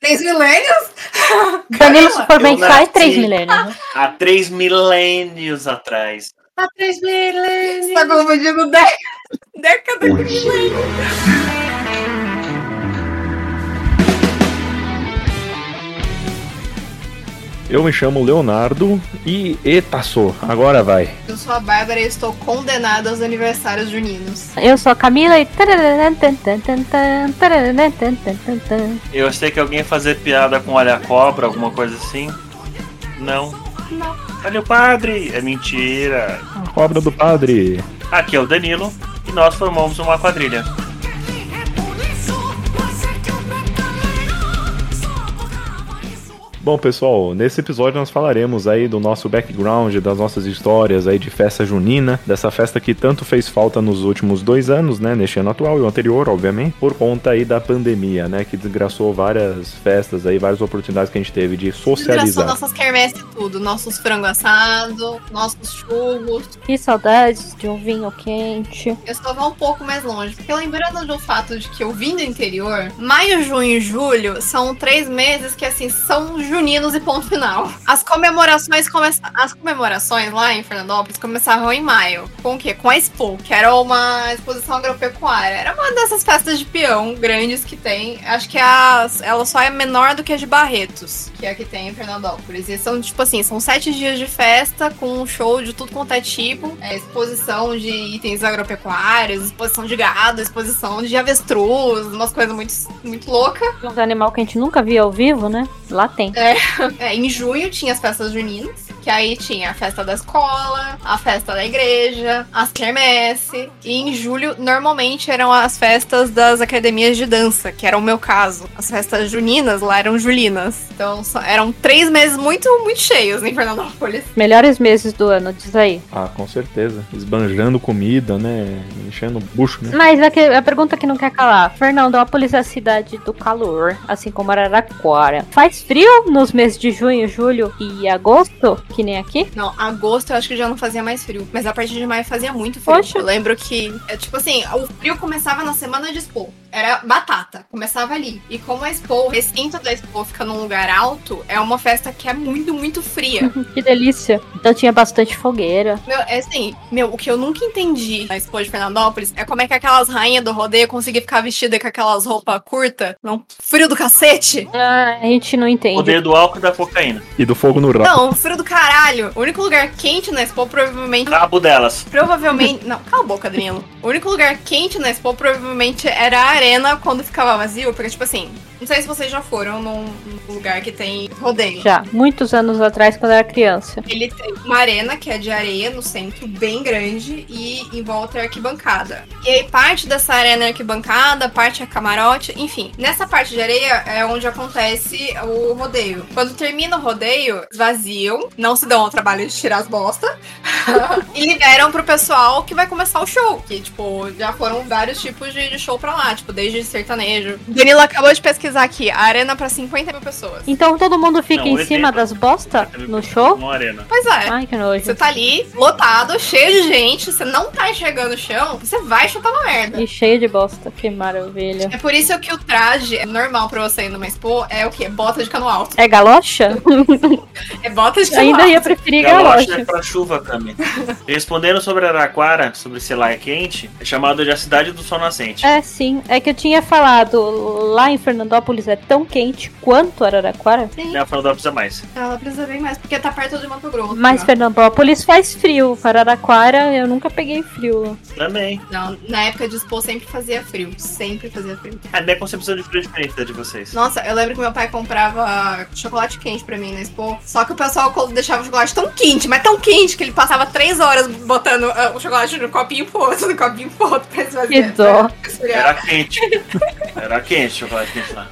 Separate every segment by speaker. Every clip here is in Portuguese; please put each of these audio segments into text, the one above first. Speaker 1: Três milênios?
Speaker 2: Quando a gente for bem,
Speaker 3: Eu
Speaker 2: faz três
Speaker 3: nasci.
Speaker 2: milênios. né?
Speaker 3: Há três milênios atrás.
Speaker 1: Há três milênios. Tá confundindo dé- década com milênio.
Speaker 4: Eu me chamo Leonardo e. E passou, agora vai.
Speaker 1: Eu sou a Bárbara e estou condenada aos aniversários juninos.
Speaker 2: Eu sou a Camila e. tararã, tan, tan, tan, tan, tararã, tan, tan, tan, tan.
Speaker 3: Eu sei que alguém ia fazer piada com olha a cobra, alguma coisa assim. Não. Olha o padre! É mentira.
Speaker 4: A cobra do padre.
Speaker 3: Aqui é o Danilo e nós formamos uma quadrilha.
Speaker 4: Bom, pessoal, nesse episódio nós falaremos aí do nosso background, das nossas histórias aí de festa junina, dessa festa que tanto fez falta nos últimos dois anos, né, neste ano atual e o anterior, obviamente, por conta aí da pandemia, né, que desgraçou várias festas aí, várias oportunidades que a gente teve de
Speaker 1: Desgraçou
Speaker 4: socializar.
Speaker 1: nossas quermesses e tudo. Nossos frango assado, nossos churros.
Speaker 2: Que saudades de um vinho quente.
Speaker 1: Eu só vou um pouco mais longe. Porque lembrando de um fato de que eu vim do interior, maio, junho e julho são três meses que, assim, são juninos e ponto final. As comemorações começaram. As comemorações lá em Fernandópolis começaram em maio. Com o quê? Com a Expo, que era uma exposição agropecuária. Era uma dessas festas de peão grandes que tem. Acho que a, ela só é menor do que a de Barretos, que é a que tem em Fernandópolis. E são, tipo assim, são sete dias de festa com um show de tudo quanto é tipo. É, exposição de itens agropecuários, exposição de gado, exposição de avestruz, umas coisas muito, muito loucas.
Speaker 2: Uns animal que a gente nunca via ao vivo, né? Lá tem.
Speaker 1: É, em junho tinha as festas juninas. Que aí tinha a festa da escola, a festa da igreja, as quermesse. E em julho, normalmente, eram as festas das academias de dança, que era o meu caso. As festas juninas lá eram julinas. Então, só- eram três meses muito, muito cheios em Fernandópolis.
Speaker 2: Melhores meses do ano, diz aí.
Speaker 4: Ah, com certeza. Esbanjando comida, né, enchendo o bucho, né?
Speaker 2: Mas a, que- a pergunta que não quer calar. Fernandópolis é a cidade do calor, assim como Araraquara. Faz frio nos meses de junho, julho e agosto, que nem aqui?
Speaker 1: Não, agosto eu acho que já não fazia mais frio. Mas a partir de maio fazia muito frio.
Speaker 2: Poxa.
Speaker 1: Eu lembro que, é, tipo assim, o frio começava na semana de Expo. Era batata, começava ali. E como a Expo, o recinto da Expo fica num lugar alto, é uma festa que é muito, muito fria.
Speaker 2: Que delícia. Então tinha bastante fogueira.
Speaker 1: meu, é assim, meu, o que eu nunca entendi na Expo de Fernandópolis é como é que aquelas rainhas do rodeio conseguiam ficar vestidas com aquelas roupas curtas, num frio do cacete.
Speaker 2: Ah, a gente não
Speaker 3: O
Speaker 2: entende.
Speaker 3: dedo álcool e da cocaína.
Speaker 4: E do fogo no rabo.
Speaker 1: Não, frio do caralho. O único lugar quente na Expo provavelmente
Speaker 3: Rabo delas.
Speaker 1: Provavelmente. Não, cala a boca, Danilo. O único lugar quente na Expo provavelmente era a arena quando ficava vazio, porque, tipo assim, não sei se vocês já foram num num lugar que tem rodeio.
Speaker 2: Já, muitos anos atrás, quando eu era criança.
Speaker 1: Ele tem uma arena que é de areia no centro, bem grande, e em volta é arquibancada. E aí parte dessa arena é arquibancada, parte é camarote, enfim. Nessa parte de areia é onde acontece o rodeio. Quando termina o rodeio, esvaziam, não se dão ao trabalho de tirar as bostas, e liberam pro pessoal que vai começar o show. Que, tipo, já foram vários tipos de de show pra lá, tipo, desde sertanejo. Danilo acabou de pesquisar aqui, a arena é pra 50 mil pessoas.
Speaker 2: Então todo mundo fica
Speaker 3: Não, um
Speaker 2: em
Speaker 3: o
Speaker 2: cima
Speaker 3: evento-
Speaker 2: das bostas Tá,
Speaker 3: tá
Speaker 2: no show?
Speaker 3: Uma arena.
Speaker 1: Pois é.
Speaker 2: Ai, que nojo.
Speaker 1: Você tá ali, lotado, cheio de gente, você não tá enxergando o chão, você vai chutar uma merda.
Speaker 2: E cheio de bosta, que maravilha.
Speaker 1: É por isso que o traje é normal pra você ir numa expo é o quê? Bota de cano alto.
Speaker 2: É galocha?
Speaker 1: É bota de cano
Speaker 2: Ainda
Speaker 1: alto.
Speaker 2: ia preferir
Speaker 3: Galocha é
Speaker 2: galocha.
Speaker 3: pra chuva, Cami. Respondendo sobre Araquara, sobre se lá é quente, é chamado de a cidade do sol nascente.
Speaker 2: É, sim. É que eu tinha falado, lá em Fernandópolis é tão quente quanto Araraquara,
Speaker 1: Sim,
Speaker 3: Não, é Fernando precisa mais.
Speaker 1: ela precisa bem mais, porque tá perto de Mato Grosso.
Speaker 2: mas Fernandópolis faz frio. Araraquara eu nunca peguei frio.
Speaker 3: Também.
Speaker 1: Não, na época de expo sempre fazia frio, sempre fazia frio.
Speaker 3: A minha concepção de frio é diferente da de vocês.
Speaker 1: Nossa, eu lembro que meu pai comprava chocolate quente pra mim na Expo. Só que o pessoal co- deixava o chocolate tão quente, mas tão quente, que ele passava três horas botando ah, o chocolate no copinho pro outro, no copinho pro outro, pra
Speaker 2: Que
Speaker 1: esvaziar.
Speaker 2: dó.
Speaker 1: pra esfriar.
Speaker 3: Era quente. Era quente o chocolate quente lá.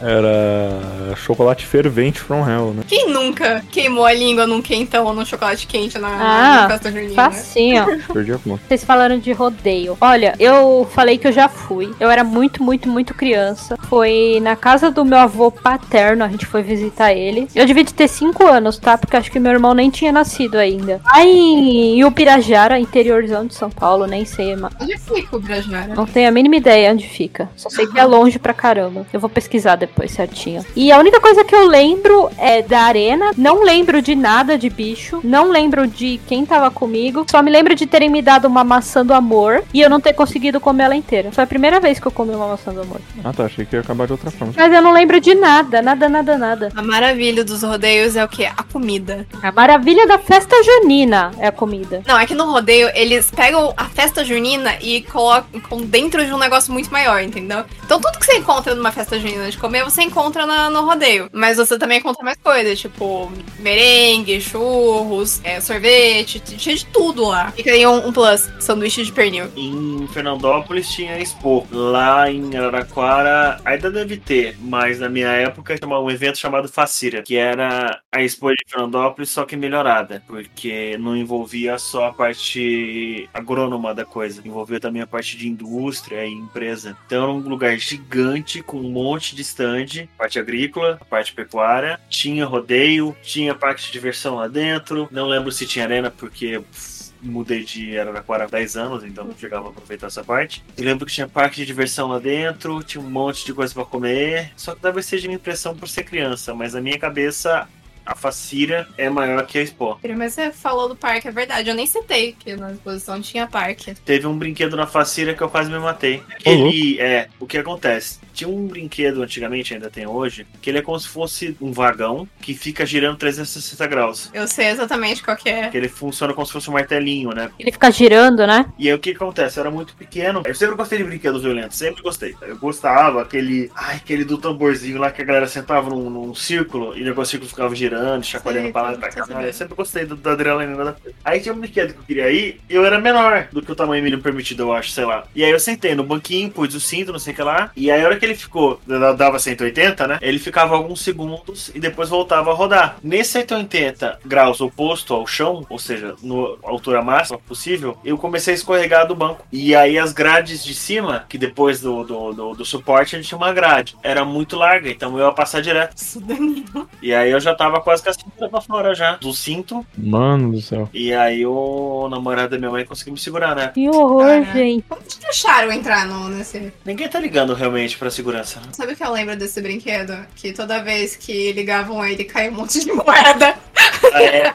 Speaker 4: Era chocolate fervente from hell, né?
Speaker 1: Quem nunca queimou a língua num quentão ou num chocolate quente na,
Speaker 2: Ah,
Speaker 1: na festa junina?
Speaker 2: Facinho.
Speaker 4: Perdi a conta.
Speaker 2: Vocês falaram de rodeio. Olha, eu falei que eu já fui. Eu era muito, muito, muito criança. Foi na casa do meu avô paterno, a gente foi visitar ele. Eu devia de ter 5 anos, tá? Porque acho que meu irmão nem tinha nascido ainda. Lá em Upirajara, interiorzão de São Paulo, nem sei, ma-
Speaker 1: Onde fica o Birajara?
Speaker 2: não tenho a mínima ideia onde fica. Só sei que é longe pra caramba. Eu vou pesquisar depois certinho. E a única coisa que eu lembro é da arena. Não lembro de nada de bicho. Não lembro de quem tava comigo. Só me lembro de terem me dado uma maçã do amor e eu não ter conseguido comer ela inteira. Foi a primeira vez que eu comi uma maçã do amor.
Speaker 4: Ah tá, achei que ia acabar de outra forma.
Speaker 2: Mas eu não lembro de nada, nada, nada, nada.
Speaker 1: A maravilha dos rodeios é o quê? A comida.
Speaker 2: A maravilha da festa junina é a comida.
Speaker 1: Não, é que no rodeio eles pegam a festa junina e colocam dentro de um negócio muito maior, entendeu? Então tudo que você encontra numa festa junina de comer, você encontra na- no rodeio. Mas você também encontra mais coisas, tipo merengue, churros, é, sorvete, t- tinha de tudo lá. Fica aí um, um plus, sanduíche de pernil.
Speaker 3: Em Fernandópolis tinha a Expo. Lá em Araraquara ainda deve ter, mas na minha época chamava um evento chamado Facira, que era a Expo de Fernandópolis, só que melhorada, porque não envolvia só a parte agrônoma da coisa, envolvia também a parte de indústria e empresa. Então era um lugar gigante com um monte de stand, parte agrícola, parte pecuária, tinha rodeio, tinha parque de diversão lá dentro. Não lembro se tinha arena porque pff, mudei de Araraquara há 10 anos, então não chegava a aproveitar essa parte. E lembro que tinha parque de diversão lá dentro, tinha um monte de coisa pra comer. Só que talvez seja minha impressão por ser criança, mas na minha cabeça a facira é maior que a Expo.
Speaker 1: Mas você falou do parque, é verdade. Eu nem citei que na exposição tinha parque.
Speaker 3: Teve um brinquedo na facira que eu quase me matei.
Speaker 4: Ô, louco.
Speaker 3: Ele é, o que acontece? Tinha um brinquedo antigamente, ainda tem hoje, que ele é como se fosse um vagão que fica girando 360 graus.
Speaker 1: Eu sei exatamente qual que é.
Speaker 3: Que ele funciona como se fosse um martelinho, né?
Speaker 2: Ele fica girando, né?
Speaker 3: E aí o que acontece? Eu era muito pequeno. Eu sempre gostei de brinquedos violentos, sempre gostei. tá? Eu gostava aquele. Ai, aquele do tamborzinho lá que a galera sentava num, num círculo e depois o círculo ficava girando, chacoalhando
Speaker 1: Sei,
Speaker 3: pra lá e pra
Speaker 1: sei
Speaker 3: cá. né?
Speaker 1: saber.
Speaker 3: Eu sempre gostei do, da adrenalina da coisa. Aí tinha um brinquedo que eu queria ir, eu era menor do que o tamanho mínimo permitido, eu acho, sei lá. E aí eu sentei no banquinho, pus o cinto, não sei o que lá. E aí a hora que ele ficou, dava 180, né? Ele ficava alguns segundos e depois voltava a rodar. Nesse 180 graus oposto ao chão, ou seja, na altura máxima possível, eu comecei a escorregar do banco. E aí as grades de cima, que depois do, do, do, do suporte, a gente tinha uma grade. Era muito larga, então eu ia passar direto.
Speaker 1: Isso, Danilo.
Speaker 3: E aí eu já tava quase com a cintura pra fora já, do cinto.
Speaker 4: Mano do céu.
Speaker 3: E aí o namorado da minha mãe conseguiu me segurar, né?
Speaker 2: Que horror,
Speaker 1: Ah.
Speaker 2: gente.
Speaker 1: Como te deixaram entrar no, nesse.
Speaker 3: Ninguém tá ligando realmente pra segurança. né?
Speaker 1: Sabe o que eu lembro desse brinquedo? Que toda vez que ligavam ele, caía um monte de moeda.
Speaker 3: É,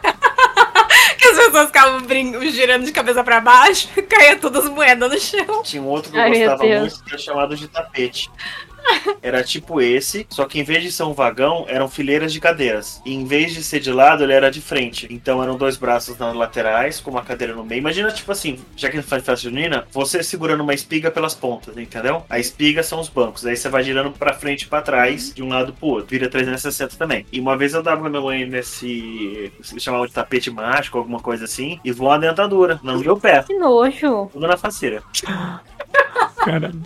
Speaker 1: Que as pessoas ficavam brin- girando de cabeça pra baixo, caía todas as moedas no chão.
Speaker 3: tinha um outro que eu
Speaker 2: Ai, meu
Speaker 3: gostava
Speaker 2: Deus.
Speaker 3: muito, que era chamado de tapete. Era tipo esse, só que em vez de ser um vagão, eram fileiras de cadeiras. E em vez de ser de lado, ele era de frente. Então eram dois braços nas laterais, com uma cadeira no meio. Imagina, tipo assim, já que a gente faz festa junina, você segurando uma espiga pelas pontas, entendeu? A espiga são os bancos. Aí você vai girando pra frente e pra trás, de um lado pro outro. Vira 360 também. E uma vez eu dava com a minha mãe nesse. se chamava de tapete mágico, alguma coisa assim, e voou uma dentadura. Não deu pé.
Speaker 2: Que nojo.
Speaker 3: Tudo na faceira.
Speaker 4: Caralho.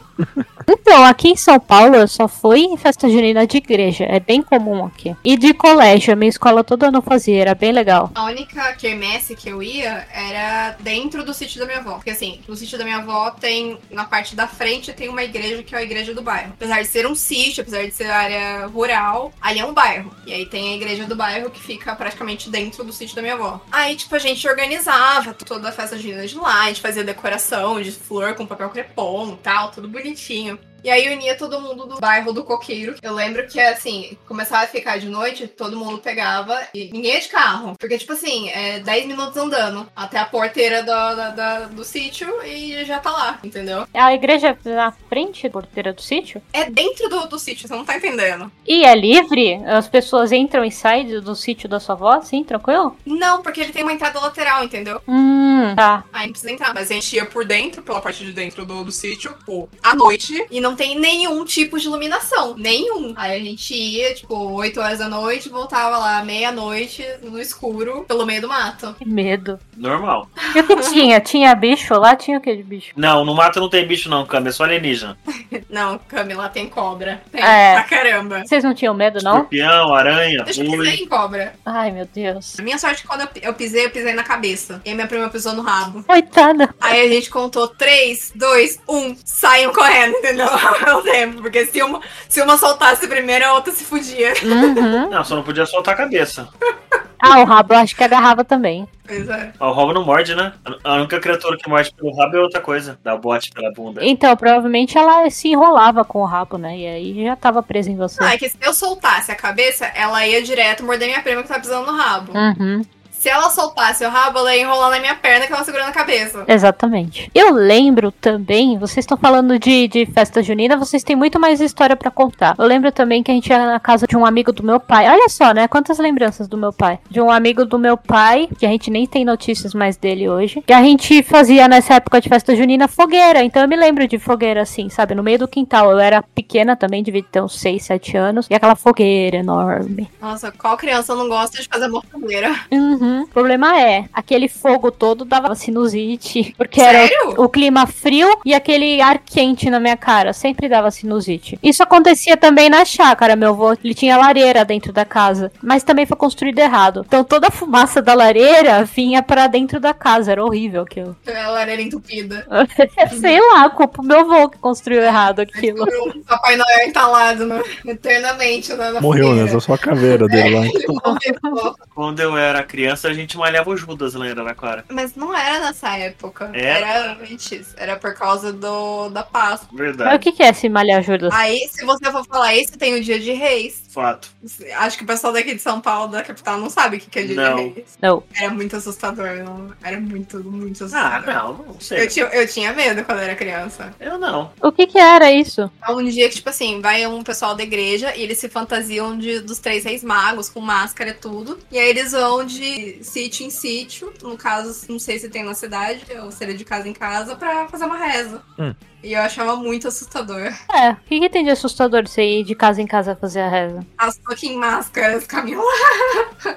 Speaker 2: Então, aqui em São Paulo eu só fui em festa junina de igreja, é bem comum aqui. E de colégio, a minha escola toda não fazia, era bem legal.
Speaker 1: A única quermesse que eu ia era dentro do sítio da minha avó. Porque assim, no sítio da minha avó tem, na parte da frente, tem uma igreja que é a igreja do bairro. Apesar de ser um sítio, apesar de ser área rural, ali é um bairro. E aí tem a igreja do bairro que fica praticamente dentro do sítio da minha avó. Aí, tipo, a gente organizava toda a festa junina de lá, a gente fazia decoração de flor com papel crepom e tal, tudo bonitinho. E aí unia todo mundo do bairro do Coqueiro. Eu lembro que, assim, começava a ficar de noite, todo mundo pegava e ninguém ia de carro. Porque, tipo assim, é 10 minutos andando até a porteira do, da- da- do sítio e já tá lá, entendeu?
Speaker 2: A igreja é na frente da porteira do sítio?
Speaker 1: É dentro do, do sítio, você não tá entendendo.
Speaker 2: E é livre? As pessoas entram e saem do- do sítio da sua avó, assim, tranquilo?
Speaker 1: Não, porque ele tem uma entrada lateral, entendeu?
Speaker 2: Hum, tá.
Speaker 1: Aí não precisa entrar. Mas a gente ia por dentro, pela parte de dentro do, do sítio, pô, à noite, e não não tem nenhum tipo de iluminação. Nenhum. Aí a gente ia, tipo, 8 horas da noite, voltava lá meia-noite, no escuro, pelo meio do mato.
Speaker 2: Que medo.
Speaker 3: Normal.
Speaker 2: E o que tinha? Tinha bicho lá? Tinha o que de bicho?
Speaker 3: Não, no mato não tem bicho não, Cam, é só alienígena.
Speaker 1: Não, Camila, tem cobra. Tem
Speaker 2: É.
Speaker 1: pra caramba.
Speaker 2: Vocês não tinham medo, não?
Speaker 3: Escorpião, aranha,
Speaker 1: é Deixa eu
Speaker 3: pule.
Speaker 1: pisar em cobra.
Speaker 2: Ai, meu Deus.
Speaker 1: A minha sorte, é quando eu, eu pisei, eu pisei na cabeça. E a minha prima pisou no rabo.
Speaker 2: Coitada.
Speaker 1: Aí a gente contou 3, 2, 1, saiam correndo, entendeu? Ao mesmo tempo. Porque se uma, se uma soltasse primeiro, a outra se fudia.
Speaker 2: Uhum.
Speaker 3: Não, só não podia soltar a cabeça.
Speaker 2: Ah, o rabo eu acho que agarrava também.
Speaker 1: Pois é.
Speaker 3: Ah, O rabo não morde, né? A única criatura que morde pelo rabo é outra coisa. Dá bote pela bunda.
Speaker 2: Então, provavelmente ela se enrolava com o rabo, né? E aí já tava presa em você.
Speaker 1: Não, é que se eu soltasse a cabeça, ela ia direto morder minha prima que tá pisando no rabo.
Speaker 2: Uhum.
Speaker 1: Se ela soltasse o rabo, ela ia enrolar na minha perna que ela segurando a cabeça.
Speaker 2: Exatamente. Eu lembro também, vocês estão falando de, de festa junina, vocês têm muito mais história pra contar. Eu lembro também que a gente ia na casa de um amigo do meu pai. Olha só, né? Quantas lembranças do meu pai. De um amigo do meu pai, que a gente nem tem notícias mais dele hoje. Que a gente fazia nessa época de festa junina fogueira. Então eu me lembro de fogueira assim, sabe? No meio do quintal. Eu era pequena também, devia ter uns 6, 7 anos. E aquela fogueira enorme.
Speaker 1: Nossa, qual criança não gosta de fazer mortadeira?
Speaker 2: Uhum. O problema é, aquele fogo todo dava sinusite. Porque era
Speaker 1: Sério?
Speaker 2: o clima frio e aquele ar quente na minha cara. Sempre dava sinusite. Isso acontecia também na chácara. Meu avô, ele tinha lareira dentro da casa, mas também foi construído errado. Então toda a fumaça da lareira vinha pra dentro da casa. Era horrível aquilo.
Speaker 1: Ela era entupida.
Speaker 2: Sei lá, culpa do meu avô que construiu errado aquilo.
Speaker 1: Por um Papai Noel entalado no- eternamente na, na
Speaker 4: Morreu, né?
Speaker 1: fogueira.
Speaker 4: Só a caveira dele lá.
Speaker 1: Morreu.
Speaker 3: Quando eu era criança, a gente malhava o Judas lá em Araraquara.
Speaker 1: Mas não era nessa época.
Speaker 3: Era?
Speaker 1: Era antes. Era por causa do, da Páscoa.
Speaker 2: Mas o
Speaker 3: Verdade,
Speaker 2: que que é esse malhar Judas?
Speaker 1: Aí, se você for falar isso, tem o Dia de Reis.
Speaker 3: fato.
Speaker 1: Acho que o pessoal daqui de São Paulo, da capital, não sabe o que que é Dia
Speaker 3: Não.
Speaker 1: de Reis.
Speaker 2: Não.
Speaker 1: Era muito assustador. Não? Era muito, muito
Speaker 3: Ah,
Speaker 1: assustador.
Speaker 3: não, não
Speaker 1: eu,
Speaker 3: sei.
Speaker 1: tinha, eu tinha medo quando era criança.
Speaker 3: Eu não.
Speaker 2: O que que era isso?
Speaker 1: É um dia que, tipo assim, vai um pessoal da igreja e eles se fantasiam de, dos três reis magos, com máscara e tudo. E aí eles vão de sítio em sítio, no caso, não sei se tem na cidade, ou seria de casa em casa, pra fazer uma reza.
Speaker 4: Hum.
Speaker 1: E eu achava muito assustador.
Speaker 2: É, o que que tem de assustador de você ir de casa em casa fazer a reza?
Speaker 1: As fucking máscaras, Camila.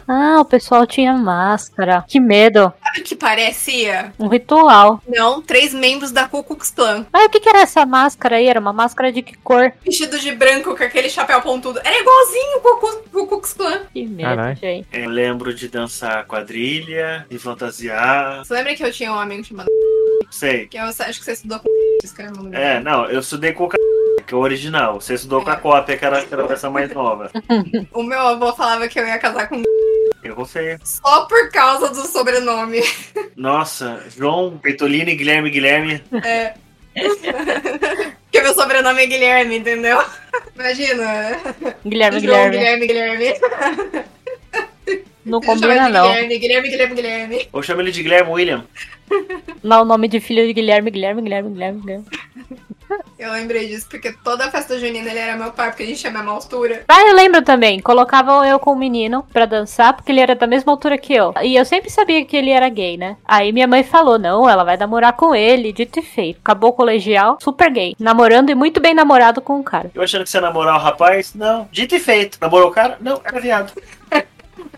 Speaker 2: Ah, o pessoal tinha máscara. Que medo.
Speaker 1: Sabe o que parecia?
Speaker 2: Um ritual.
Speaker 1: Não, três membros da Ku Klux Klan.
Speaker 2: Mas o que que era essa máscara aí? Era uma máscara de que cor?
Speaker 1: Vestido de branco com aquele chapéu pontudo. Era igualzinho o Ku Klux- Ku Klux Klan.
Speaker 2: Que medo,
Speaker 4: Caralho.
Speaker 2: gente.
Speaker 3: Eu lembro de dançar quadrilha, de fantasiar.
Speaker 1: Você lembra que eu tinha um amigo chamado...
Speaker 3: Sei.
Speaker 1: Que eu acho que você estudou com... escreveu no lugar.
Speaker 3: É, não, eu estudei com o c... que é o original. Você estudou
Speaker 1: É.
Speaker 3: com a cópia, que era, que era a versão mais nova.
Speaker 1: O meu avô falava que eu ia casar com
Speaker 3: Errou feio.
Speaker 1: só por causa do sobrenome.
Speaker 3: Nossa, João, Petolini, Guilherme, Guilherme.
Speaker 1: É. Porque meu sobrenome é Guilherme, entendeu? Imagina.
Speaker 2: Guilherme,
Speaker 1: João Guilherme,
Speaker 2: Guilherme.
Speaker 1: Guilherme.
Speaker 2: Não
Speaker 1: Chama
Speaker 2: combina,
Speaker 1: de
Speaker 2: não.
Speaker 1: Guilherme, Guilherme, Guilherme, Guilherme.
Speaker 3: Ou chama ele de Guilherme William.
Speaker 2: Não, o nome de filho de Guilherme, Guilherme, Guilherme, Guilherme. Guilherme.
Speaker 1: Eu lembrei disso porque toda festa junina ele era meu pai, porque a gente tinha a mesma altura.
Speaker 2: Ah, eu lembro também. Colocavam eu com um menino pra dançar, porque ele era da mesma altura que eu. E eu sempre sabia que ele era gay, né? Aí minha mãe falou: não, ela vai namorar com ele, dito e feito. Acabou o colegial, super gay. Namorando e muito bem namorado com um cara.
Speaker 3: Eu achando que você ia namorar o rapaz? Não. Dito e feito. Namorou o cara? Não, era viado.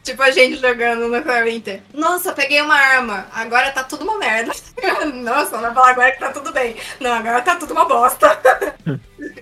Speaker 1: Tipo a gente jogando no Clarinter. Nossa, peguei uma arma. Agora tá tudo uma merda. Nossa, não vai falar agora que tá tudo bem. Não, agora tá tudo uma bosta.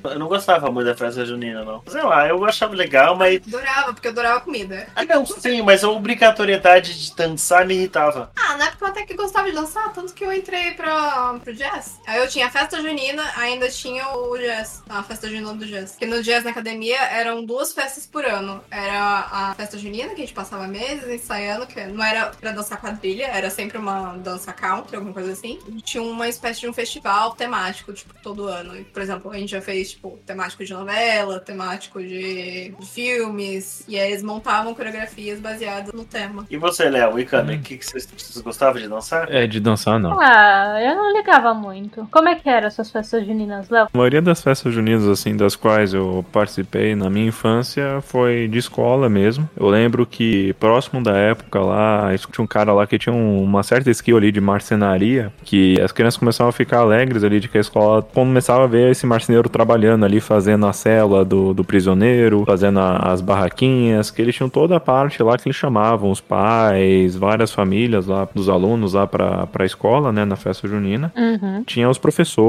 Speaker 3: Eu não gostava muito da festa junina, não. Sei lá, eu achava legal, mas.
Speaker 1: Adorava, porque eu adorava comida.
Speaker 3: Ah, não, sim, mas a obrigatoriedade de dançar me irritava.
Speaker 1: Ah, na época eu até que gostava de dançar, tanto que eu entrei pra, pro jazz. Aí eu tinha a festa junina, ainda tinha o jazz, a festa junina do jazz. Porque no jazz na academia eram duas festas por ano. Era a festa junina, que a gente passava meses ensaiando, que não era pra dançar quadrilha, era sempre uma dança country, alguma coisa assim. E tinha uma espécie de um festival temático, tipo, todo ano. E, por exemplo, a gente já fez, tipo, temático de novela, temático de de filmes. E aí eles montavam coreografias baseadas no tema.
Speaker 3: E você, Léo e Cami, o que, que vocês, vocês gostavam de dançar?
Speaker 4: É, de dançar não.
Speaker 2: Ah, eu não ligava muito. Como é que eram essas festas juninas, Léo?
Speaker 4: A maioria das festas juninas, assim, das quais eu participei na minha infância foi de escola mesmo. Eu lembro que que próximo da época lá, tinha um cara lá que tinha um- uma certa skill ali de marcenaria, que as crianças começavam a ficar alegres ali de que a escola começava a ver esse marceneiro trabalhando ali, fazendo a cela do, do prisioneiro, fazendo a- as barraquinhas, que eles tinham toda a parte lá que eles chamavam os pais, várias famílias lá dos alunos lá pra, pra escola, né, na festa junina
Speaker 2: Uhum.
Speaker 4: tinha os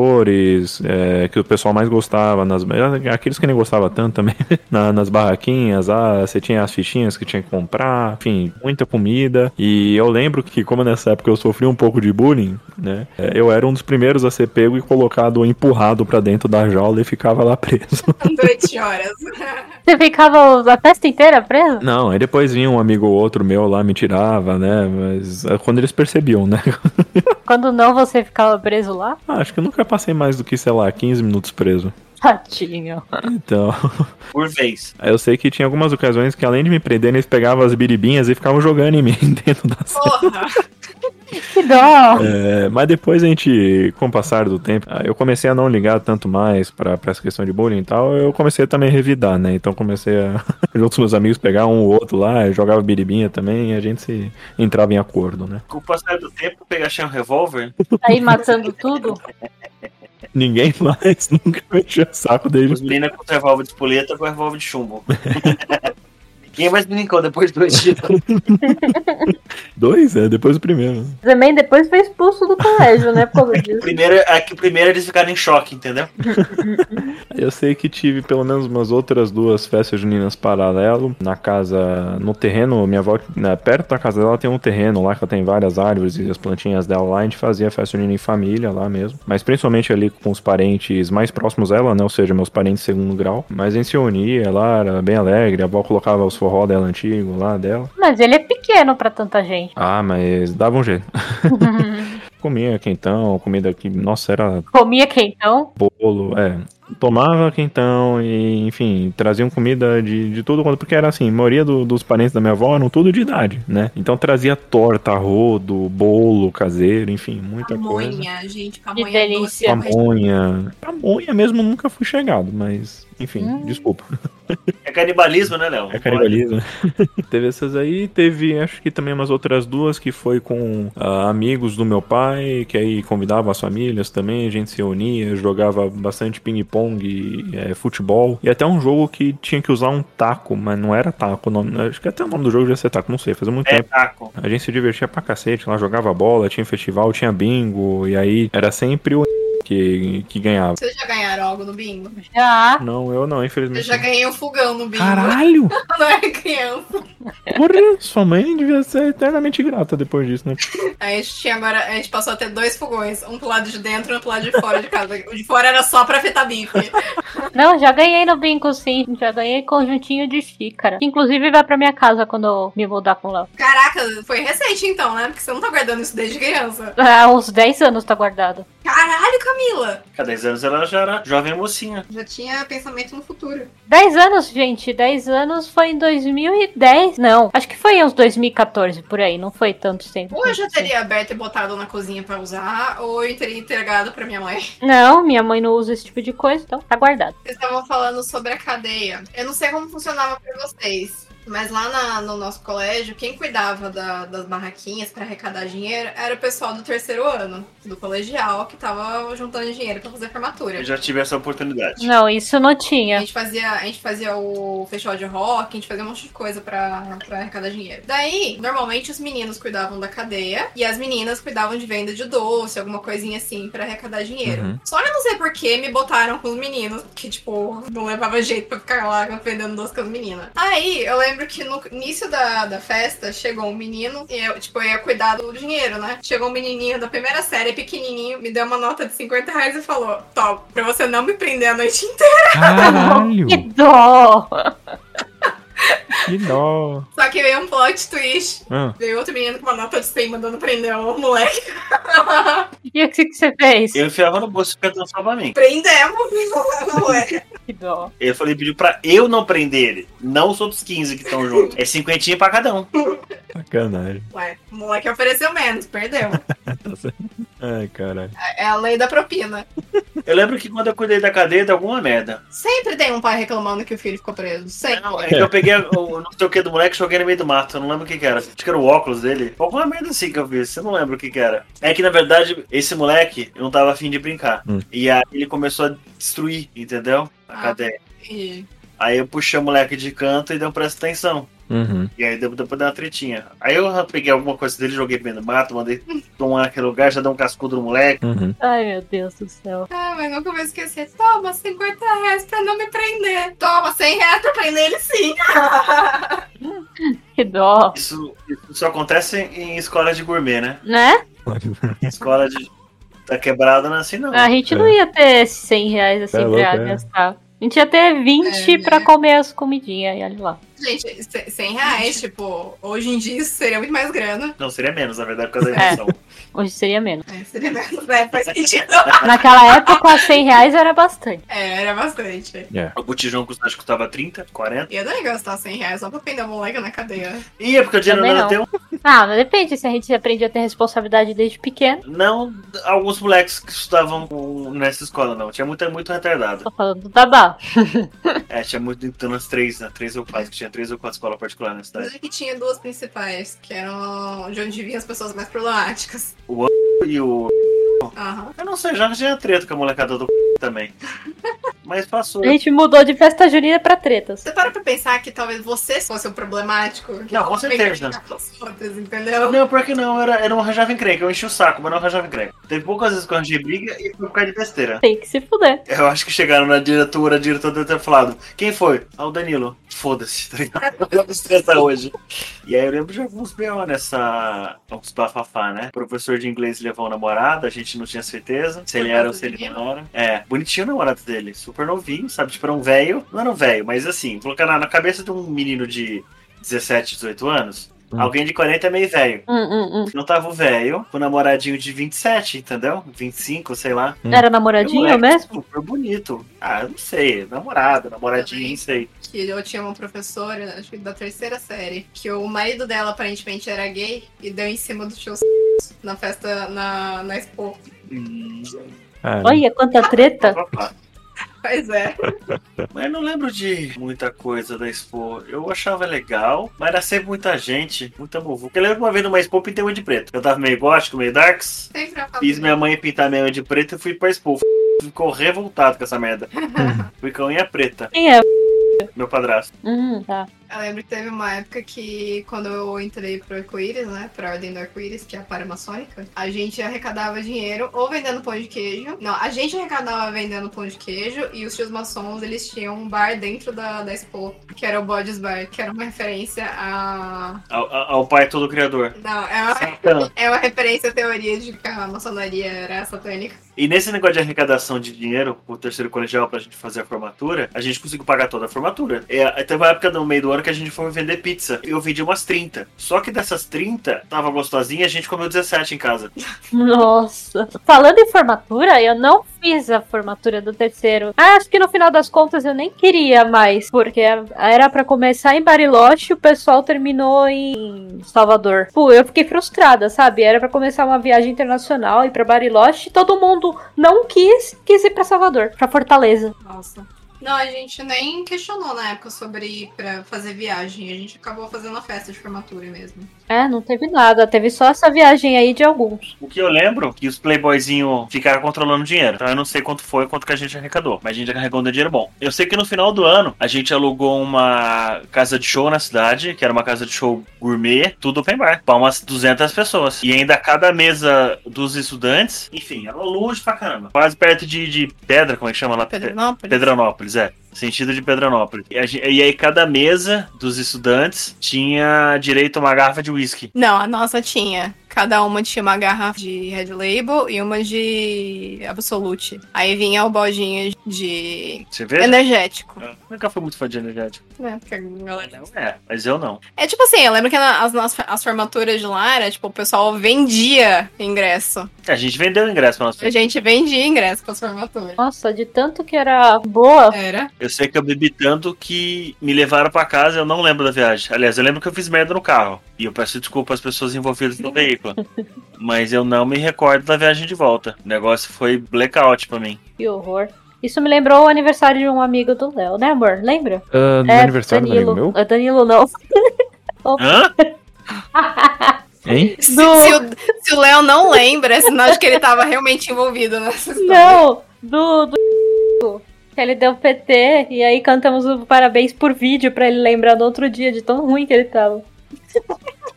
Speaker 4: professores é, que o pessoal mais gostava nas aqueles que nem gostava tanto também na- nas barraquinhas ah você tinha as fichinhas que tinha que comprar enfim muita comida e eu lembro que como nessa época eu sofri um pouco de bullying né é, eu era um dos primeiros a ser pego e colocado empurrado pra dentro da jaula e ficava lá preso
Speaker 1: Durante horas.
Speaker 2: Você ficava a festa inteira presa?
Speaker 4: não aí depois vinha um amigo ou outro meu lá me tirava né mas é quando eles percebiam né
Speaker 2: Quando não, você ficava preso lá?
Speaker 4: Ah, acho que eu nunca passei mais do que sei lá 15 minutos preso
Speaker 2: Tadinho.
Speaker 4: então
Speaker 3: Por vez.
Speaker 4: Aí Eu sei que tinha algumas ocasiões que, além de me prenderem, eles pegavam as biribinhas e ficavam jogando em mim dentro da sala.
Speaker 1: Porra.
Speaker 2: Que dó.
Speaker 4: É, mas depois a gente, com o passar do tempo, ah, eu comecei a não ligar tanto mais pra, pra essa questão de bullying e tal. Eu comecei também a revidar, né? Então comecei a, junto com meus amigos, pegar um ou outro lá, jogava biribinha também e a gente se entrava em acordo, né?
Speaker 3: Com o passar do tempo, pegar achei um revólver.
Speaker 2: Aí matando tudo?
Speaker 4: Ninguém mais nunca mexeu o saco
Speaker 3: Os
Speaker 4: deles.
Speaker 3: meninos com revólver de espoleta com revólver de chumbo. Quem mais brincou depois do dois dias?
Speaker 4: Dois, é, depois do primeiro.
Speaker 2: Também depois foi expulso do colégio, né? Por causa disso.
Speaker 3: Primeiro, é que primeiro eles ficaram em choque, entendeu?
Speaker 4: Eu sei que tive pelo menos umas outras duas festas juninas paralelo na casa, no terreno, minha avó, né, perto da casa dela tem um terreno lá que ela tem várias árvores e as plantinhas dela lá, a gente fazia festa junina em família lá mesmo, mas principalmente ali com os parentes mais próximos dela, né, ou seja, meus parentes de segundo grau, mas a gente se unia lá, era bem alegre, a avó colocava os forró dela antigo lá dela,
Speaker 2: Mas ele é pequeno pra tanta gente.
Speaker 4: ah, mas dava um jeito. Comia quentão, comida que, nossa, era
Speaker 2: Comia quentão?
Speaker 4: bolo, é. Tomava quentão e, enfim, traziam comida de, de tudo quanto. Porque era assim, a maioria do- dos parentes da minha avó eram tudo de idade, né? Então trazia torta, rodo, bolo caseiro, enfim, muita coisa.
Speaker 1: Pamonha, gente, pamonha
Speaker 2: Que
Speaker 1: doce.
Speaker 2: delícia.
Speaker 4: Pamonha. Pamonha mesmo nunca fui chegado, mas, enfim,
Speaker 2: Hum.
Speaker 4: desculpa.
Speaker 3: É canibalismo, né, Léo?
Speaker 4: É canibalismo. teve essas aí, teve acho que também umas outras duas que foi com ah, amigos do meu pai, que aí convidava as famílias também, a gente se reunia, jogava bastante ping-pong, eh, futebol, e até um jogo que tinha que usar um taco, mas não era taco, o nome, acho que até o nome do jogo já ser taco, não sei, faz muito
Speaker 3: É
Speaker 4: tempo.
Speaker 3: taco.
Speaker 4: A gente se divertia pra cacete, lá jogava bola, tinha festival, tinha bingo, e aí era sempre o que, que ganhava.
Speaker 1: Vocês já ganharam algo no bingo?
Speaker 2: Já.
Speaker 4: Não, eu não,
Speaker 1: Eu
Speaker 4: infelizmente.
Speaker 1: já ganhei um fogão no bingo.
Speaker 4: Caralho!
Speaker 1: Quando eu era criança.
Speaker 4: Porra, sua mãe devia ser eternamente grata depois disso, né?
Speaker 1: Aí a gente tinha agora, a gente passou a ter dois fogões, um pro lado de dentro e um pro lado de fora de casa. O de fora era só pra fritar bife.
Speaker 2: Não, já ganhei no bingo, sim. Já ganhei conjuntinho de xícara. Que, Inclusive vai pra minha casa quando eu me mudar com o Léo.
Speaker 1: Caraca, foi recente então, né? Porque você não tá guardando isso desde criança.
Speaker 2: Há uns 10 anos tá guardado.
Speaker 1: Caralho, Camila!
Speaker 3: Há 10 anos ela já era jovem mocinha.
Speaker 1: Já tinha pensamento no futuro.
Speaker 2: 10 anos, gente. 10 anos foi em 2010. Não, acho que foi uns 2014 por aí. Não foi tanto tempo.
Speaker 1: Ou eu já teria aberto e botado na cozinha pra usar, ou eu teria entregado pra minha mãe.
Speaker 2: Não, minha mãe não usa esse tipo de coisa, então tá guardado.
Speaker 1: Vocês estavam falando sobre a cadeia. Eu não sei como funcionava pra vocês. Mas lá na- no nosso colégio, quem cuidava da- das barraquinhas pra arrecadar dinheiro era o pessoal do terceiro ano, do colegial, que tava juntando dinheiro pra fazer formatura.
Speaker 3: Eu já tive essa oportunidade.
Speaker 2: Não, isso não
Speaker 1: A
Speaker 2: tinha.
Speaker 1: gente, fazia, a gente fazia o festival de rock, a gente fazia um monte de coisa pra, pra arrecadar dinheiro. Daí, normalmente os meninos cuidavam da cadeia e as meninas cuidavam de venda de doce, alguma coisinha assim pra arrecadar dinheiro.
Speaker 4: Uhum.
Speaker 1: Só que eu não sei por que me botaram com os meninos, que tipo, não levava jeito pra ficar lá vendendo doce com as meninas. Aí, eu lembro que no início da, da festa chegou um menino e eu, tipo, eu ia cuidar do dinheiro, né? Chegou um menininho da primeira série, pequenininho, me deu uma nota de 50 reais e falou: Top, pra você não me prender a noite inteira.
Speaker 4: Caralho!
Speaker 2: Que dó!
Speaker 4: Que dó!
Speaker 1: Só que veio um plot twist.
Speaker 4: Ah,
Speaker 1: Veio outro menino com uma nota de 100 mandando prender o moleque.
Speaker 2: E o que, que você fez?
Speaker 3: Eu enfiava no bolso e ficava só pra mim.
Speaker 1: Prendemos o moleque.
Speaker 2: Que dó.
Speaker 3: Eu falei, pediu pra eu não prender ele, não os outros 15 que estão juntos. É cinquentinha pra cada um.
Speaker 4: sacanagem. Tá
Speaker 1: Ué, o moleque ofereceu menos, perdeu.
Speaker 4: Ai, caralho.
Speaker 1: É a lei da propina.
Speaker 3: Eu lembro que quando eu cuidei da cadeia, deu alguma merda.
Speaker 1: Sempre tem um pai reclamando que o filho ficou preso. Sempre.
Speaker 3: Não, é que eu peguei o não sei o que do moleque e joguei no meio do mato. Eu não lembro o que, que era. Acho que era o óculos dele. Alguma merda assim que eu vi. Você não lembra o que, que era. É que na verdade, esse moleque eu não tava afim de brincar.
Speaker 4: Hum.
Speaker 3: E aí ele começou a destruir, entendeu? A
Speaker 1: Ah.
Speaker 3: cadeia.
Speaker 1: E-
Speaker 3: Aí eu puxei o moleque de canto e deu presta atenção.
Speaker 4: Uhum.
Speaker 3: E aí deu, deu pra dar uma tretinha. Aí eu peguei alguma coisa dele, joguei pro meio do mato, mandei tomar naquele lugar, já deu um cascudo no moleque.
Speaker 4: Uhum.
Speaker 2: Ai, meu Deus do céu.
Speaker 1: Ah, mas nunca vou esquecer. Toma 50 reais pra não me prender. Toma 100 reais pra prender ele sim.
Speaker 2: Que dó.
Speaker 3: Isso, isso só acontece em escola de gourmet, né?
Speaker 2: Né?
Speaker 3: Escola de. Tá quebrada não é assim, não.
Speaker 2: A gente não
Speaker 4: É.
Speaker 2: ia ter 100 reais assim
Speaker 4: Tá louco,
Speaker 2: pra
Speaker 4: é.
Speaker 2: gastar. A gente ia ter 20
Speaker 1: É, né?
Speaker 2: pra comer as comidinhas e olha lá.
Speaker 1: Gente, c- 100 reais, tipo, hoje em dia isso seria muito mais grana.
Speaker 3: Não, seria menos, na verdade, por causa da
Speaker 2: É.
Speaker 3: emoção.
Speaker 2: Hoje seria menos.
Speaker 1: É, seria menos, né? Faz sentido.
Speaker 2: Naquela época, 100 reais era bastante.
Speaker 1: É, era bastante.
Speaker 4: É.
Speaker 3: O botijão que os acho que custava 30, 40.
Speaker 1: E eu não ia gastar 100 reais só pra prender o moleque na cadeia.
Speaker 3: Ih, é porque o dinheiro não
Speaker 2: Também
Speaker 3: era
Speaker 2: não.
Speaker 3: teu.
Speaker 2: Ah, mas depende. Se a gente aprendia a ter responsabilidade desde pequeno.
Speaker 3: Não, alguns moleques que estudavam com- nessa escola, não. Tinha muito, muito retardado.
Speaker 2: Tô falando do Dabá.
Speaker 3: É, tinha muito, então, nas três, né? Três ou quatro, que tinha três ou quatro escolas particulares na cidade.
Speaker 1: Mas aqui tinha duas principais, que eram de onde vinham as pessoas mais problemáticas.
Speaker 3: E o
Speaker 1: Aham.
Speaker 3: Eu não sei, já tinha treta com a molecada do também. Mas passou.
Speaker 2: A gente mudou de festa junina pra tretas.
Speaker 1: Você para pra pensar que talvez você fosse o problemático?
Speaker 3: Não, com certeza.
Speaker 1: Outras, entendeu?
Speaker 3: Não, pior que é não, era, eu não arranjava encrenca, eu enchi o saco, mas não arranjava encrenca. Teve poucas vezes que eu arranjei briga e foi por causa de besteira.
Speaker 2: Tem que se fuder.
Speaker 3: Eu acho que chegaram na diretora, a diretora deve ter falado. Quem foi? Ah, o Danilo. Foda-se, tá ligado? Eu vou me estressar hoje. E aí eu lembro de alguns B.O. nessa. Uns bafafá, né? O professor de inglês levou um namorado, a gente não tinha certeza se ele era ou se ele não era. É, bonitinho o namorado dele, super novinho, sabe? Tipo, era um velho. Não era um velho, mas assim, colocar na, na cabeça de um menino de 17, 18 anos,
Speaker 4: Hum.
Speaker 3: alguém de 40 é meio velho.
Speaker 2: Hum, hum, hum.
Speaker 3: Não tava o velho, o namoradinho de 27, entendeu? 25, sei lá.
Speaker 4: Hum.
Speaker 2: Era namoradinho
Speaker 3: Moleque
Speaker 2: mesmo?
Speaker 3: é, Super bonito. Ah, eu não sei. Namorado, namoradinho, não sei.
Speaker 1: Que eu tinha uma professora, acho que da terceira série, que o marido dela aparentemente era gay e deu em cima do tio na festa, na, na expo.
Speaker 3: Hum,
Speaker 4: Ah,
Speaker 2: Olha quanta treta.
Speaker 3: papá.
Speaker 1: Pois é.
Speaker 3: Mas eu não lembro de muita coisa da Expo. Eu achava legal, mas era sempre muita gente, muita muvuca. Eu lembro uma vez numa Expo pintei uma de preto. Eu tava meio gótico, meio darks.
Speaker 1: Sempre eu falo
Speaker 3: Fiz minha mãe pintar minha unha de preto e fui pra Expo. Ficou revoltado com essa merda. Fui com a unha preta,
Speaker 2: Quem é?
Speaker 3: meu padrasto.
Speaker 2: Hum, tá.
Speaker 1: Eu lembro que teve uma época que, quando eu entrei pro arco-íris, né? Pra Ordem do Arco-Íris, que é a paramaçônica, a gente arrecadava dinheiro ou vendendo pão de queijo. Não, a gente arrecadava vendendo pão de queijo e os tios maçons, eles tinham um bar dentro da, da Expo, que era o Bodes Bar, que era uma referência a...
Speaker 3: Ao, ao- ao pai todo criador.
Speaker 1: Não, é uma,
Speaker 3: Satã.
Speaker 1: é uma referência à teoria de que a maçonaria era satânica.
Speaker 3: E nesse negócio de arrecadação de dinheiro, o terceiro colegial pra gente fazer a formatura, a gente conseguiu pagar toda a formatura. É, teve uma época no meio do ano que a gente foi vender pizza. Eu vendi umas 30. Só que dessas 30, tava gostosinha, a gente comeu 17 em casa.
Speaker 2: Nossa. Falando em formatura, eu não fiz a formatura do terceiro. Ah, acho que no final das contas eu nem queria mais, porque era pra começar em Bariloche e o pessoal terminou em Salvador. Pô, eu fiquei frustrada, sabe? Era pra começar uma viagem internacional ir pra Bariloche e todo mundo não quis, quis ir pra Salvador, pra Fortaleza.
Speaker 1: Nossa. Não, a gente nem questionou na época sobre ir pra fazer viagem. A gente acabou fazendo a festa de formatura mesmo.
Speaker 2: É, não teve nada, teve só essa viagem aí de alguns.
Speaker 3: O que eu lembro, que os playboyzinhos ficaram controlando o dinheiro. Então eu não sei quanto foi, quanto que a gente arrecadou. Mas a gente arrecadou um dinheiro bom. Eu sei que no final do ano, a gente alugou uma casa de show na cidade, que era uma casa de show gourmet, tudo open bar, pra umas 200 pessoas. E ainda cada mesa dos estudantes, enfim, era longe pra caramba. Quase perto de, de Pedra, como é que chama lá?
Speaker 1: Pedrinópolis?
Speaker 3: Pedranópolis, é. Sentido de Pedranópolis. E, a gen- e aí cada mesa dos estudantes tinha direito a uma garrafa de uísque.
Speaker 1: Não, a nossa tinha. Cada uma tinha uma garrafa de Red Label e uma de Absolute. Aí vinha o baldinho de
Speaker 3: Você vê?
Speaker 1: energético.
Speaker 3: Eu nunca fui muito fã de energético.
Speaker 1: né? Porque a galera-
Speaker 3: É, mas eu não.
Speaker 1: É tipo assim, eu lembro que na- as, nossas- as formaturas de lá era, tipo, o pessoal vendia ingresso.
Speaker 3: É, A gente vendeu o ingresso pra nossa.
Speaker 1: A gente vendia ingresso para as formaturas.
Speaker 2: Nossa, de tanto que era boa.
Speaker 1: Era.
Speaker 3: Eu sei que eu bebi tanto que me levaram pra casa e eu não lembro da viagem. Aliás, eu lembro que eu fiz merda no carro. E eu peço desculpa às pessoas envolvidas no veículo. Mas eu não me recordo da viagem de volta. O negócio foi blackout pra mim.
Speaker 2: Que horror. Isso me lembrou o aniversário de um amigo do Léo, né, amor? Lembra?
Speaker 4: Ah,
Speaker 1: é,
Speaker 4: no aniversário do amigo
Speaker 2: É, Danilo.
Speaker 4: meu?
Speaker 2: Ah, Danilo não.
Speaker 3: Hã?
Speaker 4: Hein?
Speaker 1: Se,
Speaker 2: Do-
Speaker 1: se o- se o Léo não lembra, é sinal de que ele tava realmente envolvido nessa história.
Speaker 2: Não, do, do que ele deu PT e aí cantamos o parabéns por vídeo pra ele lembrar do outro dia de tão ruim que ele tava.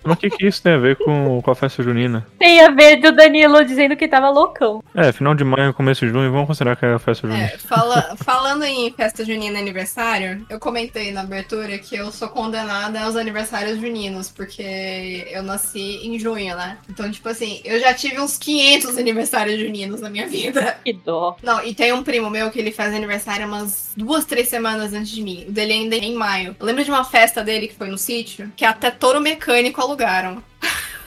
Speaker 4: Mas o que, que isso tem a ver com, com a festa junina?
Speaker 2: Tem a ver do Danilo dizendo que tava loucão.
Speaker 4: É, final de maio, começo de junho, vamos considerar que é a festa junina.
Speaker 1: É, fala- falando em festa junina e aniversário, eu comentei na abertura que eu sou condenada aos aniversários juninos, porque eu nasci em junho, né? Então, tipo assim, eu já tive uns 500 aniversários juninos na minha vida.
Speaker 2: Que dó.
Speaker 1: Não, e tem um primo meu que ele faz aniversário umas duas, três semanas antes de mim. O dele ainda é em maio. Eu lembro de uma festa dele que foi no sítio, que até touro mecânico alugaram.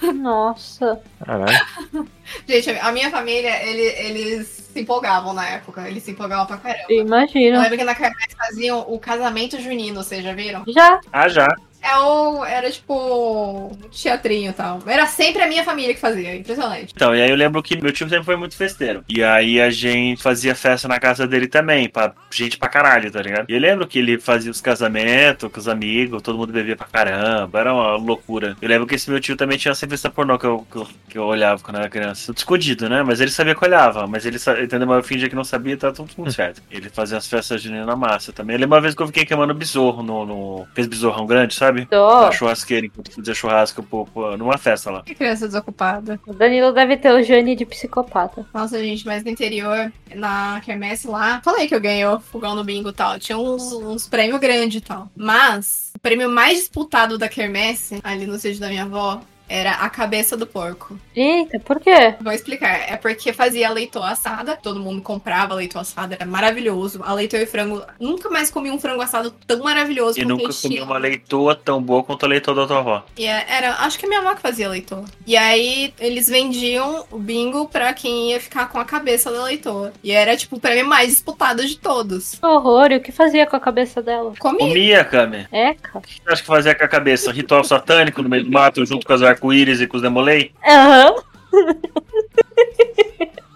Speaker 2: Nossa.
Speaker 1: É.
Speaker 4: Caralho.
Speaker 1: Gente, a minha família, ele- eles se empolgavam na época. Eles se empolgavam pra caramba.
Speaker 2: eu
Speaker 1: Eu
Speaker 2: Imagino.
Speaker 1: lembro que na Carmais faziam o casamento junino, vocês já viram?
Speaker 2: Já.
Speaker 3: Ah, já.
Speaker 1: É o, era tipo um teatrinho e tal. Era sempre a minha família que fazia, impressionante.
Speaker 3: Então, e aí eu lembro que meu tio sempre foi muito festeiro. E aí a gente fazia festa na casa dele também, pra gente pra caralho, tá ligado? E eu lembro que ele fazia os casamentos com os amigos, todo mundo bebia pra caramba, era uma loucura. Eu lembro que esse meu tio também tinha essa revista pornô que eu, que eu, que eu olhava quando eu era criança. Tudo escondido, né? Mas ele sabia que eu olhava, mas ele, sa- entendeu? Mas eu fingia que não sabia, tá tudo, tudo certo. Ele fazia as festas de na massa também. Eu lembro uma vez que eu fiquei queimando besorro no. no fez besorrão grande, sabe?
Speaker 2: Dó.
Speaker 3: Na churrasqueira, enquanto fazia churrasco pô, pô, numa festa lá.
Speaker 1: Que criança desocupada.
Speaker 2: O Danilo deve ter o Jane de psicopata.
Speaker 1: Nossa, gente, mas no interior, na quermesse lá, falei que eu ganhei o fogão no bingo e tal. Tinha uns, uns prêmios grandes e tal. Mas o prêmio mais disputado da quermesse, ali no sítio da minha avó, era a cabeça do porco.
Speaker 2: Eita, por quê?
Speaker 1: Vou explicar. É porque fazia leitoa assada, todo mundo comprava leitoa assada, era maravilhoso. A leitoa e frango. Nunca mais comi um frango assado tão maravilhoso
Speaker 3: E
Speaker 1: com
Speaker 3: nunca
Speaker 1: peixe.
Speaker 3: comi uma leitoa tão boa quanto a leitoa da tua avó.
Speaker 1: E é- era, acho que a minha avó que fazia leitoa. E aí eles vendiam o bingo pra quem ia ficar com a cabeça da leitoa. E era tipo o prêmio mais disputado de todos.
Speaker 2: Que horror. E o que fazia com a cabeça dela? É,
Speaker 1: Comi.
Speaker 3: Comia, Kami.
Speaker 2: Eca.
Speaker 3: O que você acha que fazia com a cabeça? Um Ritual satânico no meio do mato, junto com as arco-íris e com os demolei?
Speaker 2: Aham.